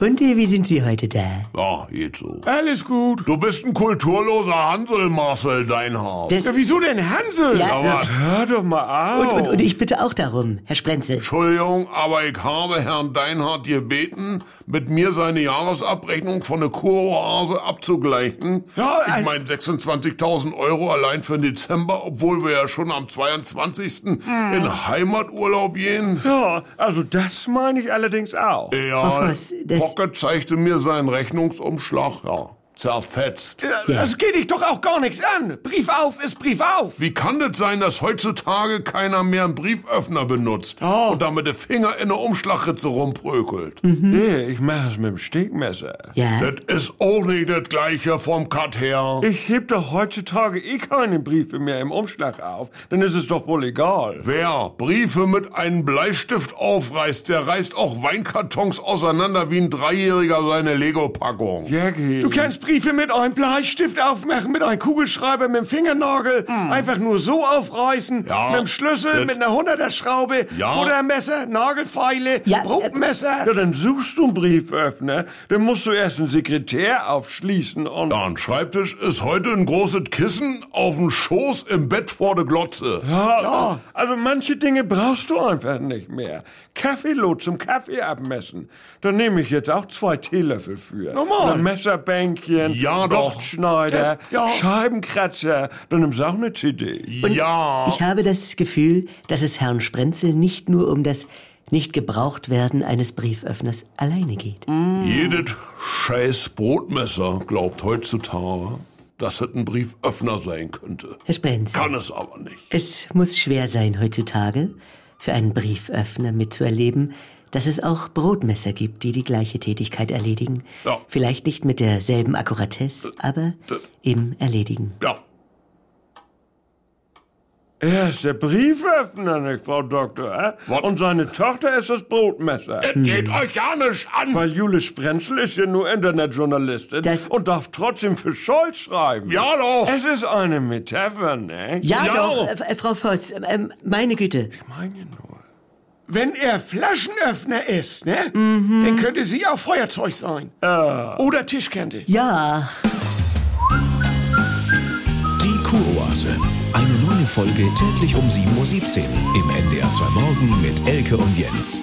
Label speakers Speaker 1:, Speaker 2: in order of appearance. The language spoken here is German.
Speaker 1: Und äh, wie sind Sie heute da?
Speaker 2: Ja, geht so.
Speaker 3: Alles gut.
Speaker 2: Du bist ein kulturloser Hansel, Marcel Deinhardt.
Speaker 1: Das,
Speaker 3: Ja, wieso denn Hansel?
Speaker 1: Ja.
Speaker 2: aber,
Speaker 4: Hör doch mal
Speaker 1: und,
Speaker 4: auf.
Speaker 1: und, und ich bitte auch darum, Herr Sprenzel.
Speaker 2: Entschuldigung, aber ich habe Herrn Deinhardt gebeten, mit mir seine Jahresabrechnung von der Kuroase abzugleichen.
Speaker 3: Ja,
Speaker 2: ich
Speaker 3: ein-
Speaker 2: meine 26.000 Euro allein für den Dezember, obwohl wir ja schon am 22.
Speaker 3: Hm.
Speaker 2: in Heimaturlaub gehen.
Speaker 4: ja, also das meine ich allerdings auch.
Speaker 1: Frau
Speaker 2: Ja,
Speaker 1: Voss, das-
Speaker 2: Pocket zeigte mir seinen Rechnungsumschlag, ja, zerfetzt.
Speaker 3: Äh, Das geht dich doch auch gar nichts an. Brief auf ist Brief auf.
Speaker 2: Wie kann das sein, dass heutzutage keiner mehr einen Brieföffner benutzt
Speaker 3: Ja.
Speaker 4: Oh.
Speaker 2: und damit der Finger in der Umschlagritze rumprökelt?
Speaker 4: Mhm. Nee, ich mache es mit dem Stegmesser.
Speaker 1: Ja,
Speaker 2: Das ist auch nicht das gleiche vom Cut her.
Speaker 4: Ich heb doch heutzutage eh keine Briefe mehr im Umschlag auf. Dann ist es doch wohl egal.
Speaker 2: Wer Briefe mit einem Bleistift aufreißt, der reißt auch Weinkartons auseinander wie ein Dreijähriger seine Lego-Packung.
Speaker 4: Jackie.
Speaker 3: Du kannst Briefe mit einem Bleistift aufmachen, mit einem Kugelschreiber, mit dem Fingernagel,
Speaker 4: Hm.
Speaker 3: einfach nur so aufreißen,
Speaker 2: Ja.
Speaker 3: mit dem Schlüssel,
Speaker 2: Das-
Speaker 3: mit einer 100er Schraube,
Speaker 2: Ja.
Speaker 3: Buttermesser, Nagelfeile,
Speaker 1: Ja, äh,
Speaker 3: Brotmesser.
Speaker 4: ja, dann suchst du einen Brieföffner, dann musst du erst einen Sekretär aufschließen und...
Speaker 2: Ja, ein Schreibtisch ist heute ein großes Kissen auf dem Schoß im Bett vor der Glotze.
Speaker 4: Ja. Also manche Dinge brauchst du einfach nicht mehr. Kaffeelot zum Kaffee abmessen. Da nehme ich jetzt auch zwei Teelöffel für.
Speaker 3: Normal.
Speaker 4: Dann Messerbänkchen,
Speaker 2: Ja, doch.
Speaker 4: Dochtschneider,
Speaker 3: Das- ja.
Speaker 4: Scheibenkratzer. Dann nimmst du auch eine CD.
Speaker 2: ja.
Speaker 1: ich habe das Gefühl, dass es Herrn Sprenzel nicht nur um das Nicht-Gebraucht-Werden eines Brieföffners alleine geht.
Speaker 2: Hm. Jedes scheiß Brotmesser glaubt heutzutage, dass es ein Brieföffner sein könnte.
Speaker 1: Herr Sprenzel.
Speaker 2: Kann es aber nicht.
Speaker 1: Es muss schwer sein heutzutage, für einen Brieföffner mitzuerleben, dass es auch Brotmesser gibt, die die gleiche Tätigkeit erledigen.
Speaker 2: Ja.
Speaker 1: Vielleicht nicht mit derselben Akkuratesse, aber eben erledigen.
Speaker 2: Ja,
Speaker 4: Er ist der Brieföffner, nicht, Frau Doktor? hä?
Speaker 2: What? Äh.
Speaker 4: Und seine Tochter ist das Brotmesser.
Speaker 2: das geht euch ja nicht an.
Speaker 4: Weil Julis Sprenzel ist ja nur Internetjournalistin
Speaker 1: Das-
Speaker 4: und darf trotzdem für Scholz schreiben.
Speaker 2: Ja doch.
Speaker 4: Es ist eine Metapher, ne?
Speaker 1: Ja,
Speaker 2: Ja.
Speaker 1: doch, äh, äh, Frau Voss, ähm, ähm, meine Güte.
Speaker 4: Meine nur.
Speaker 3: Wenn er Flaschenöffner ist, ne, dann könnte sie auch Feuerzeug sein. Oder Tischkante.
Speaker 1: Ja,
Speaker 5: Die Kuroase. Eine neue Folge täglich um 7.17 Uhr im NDR 2 Morgen mit Elke und Jens.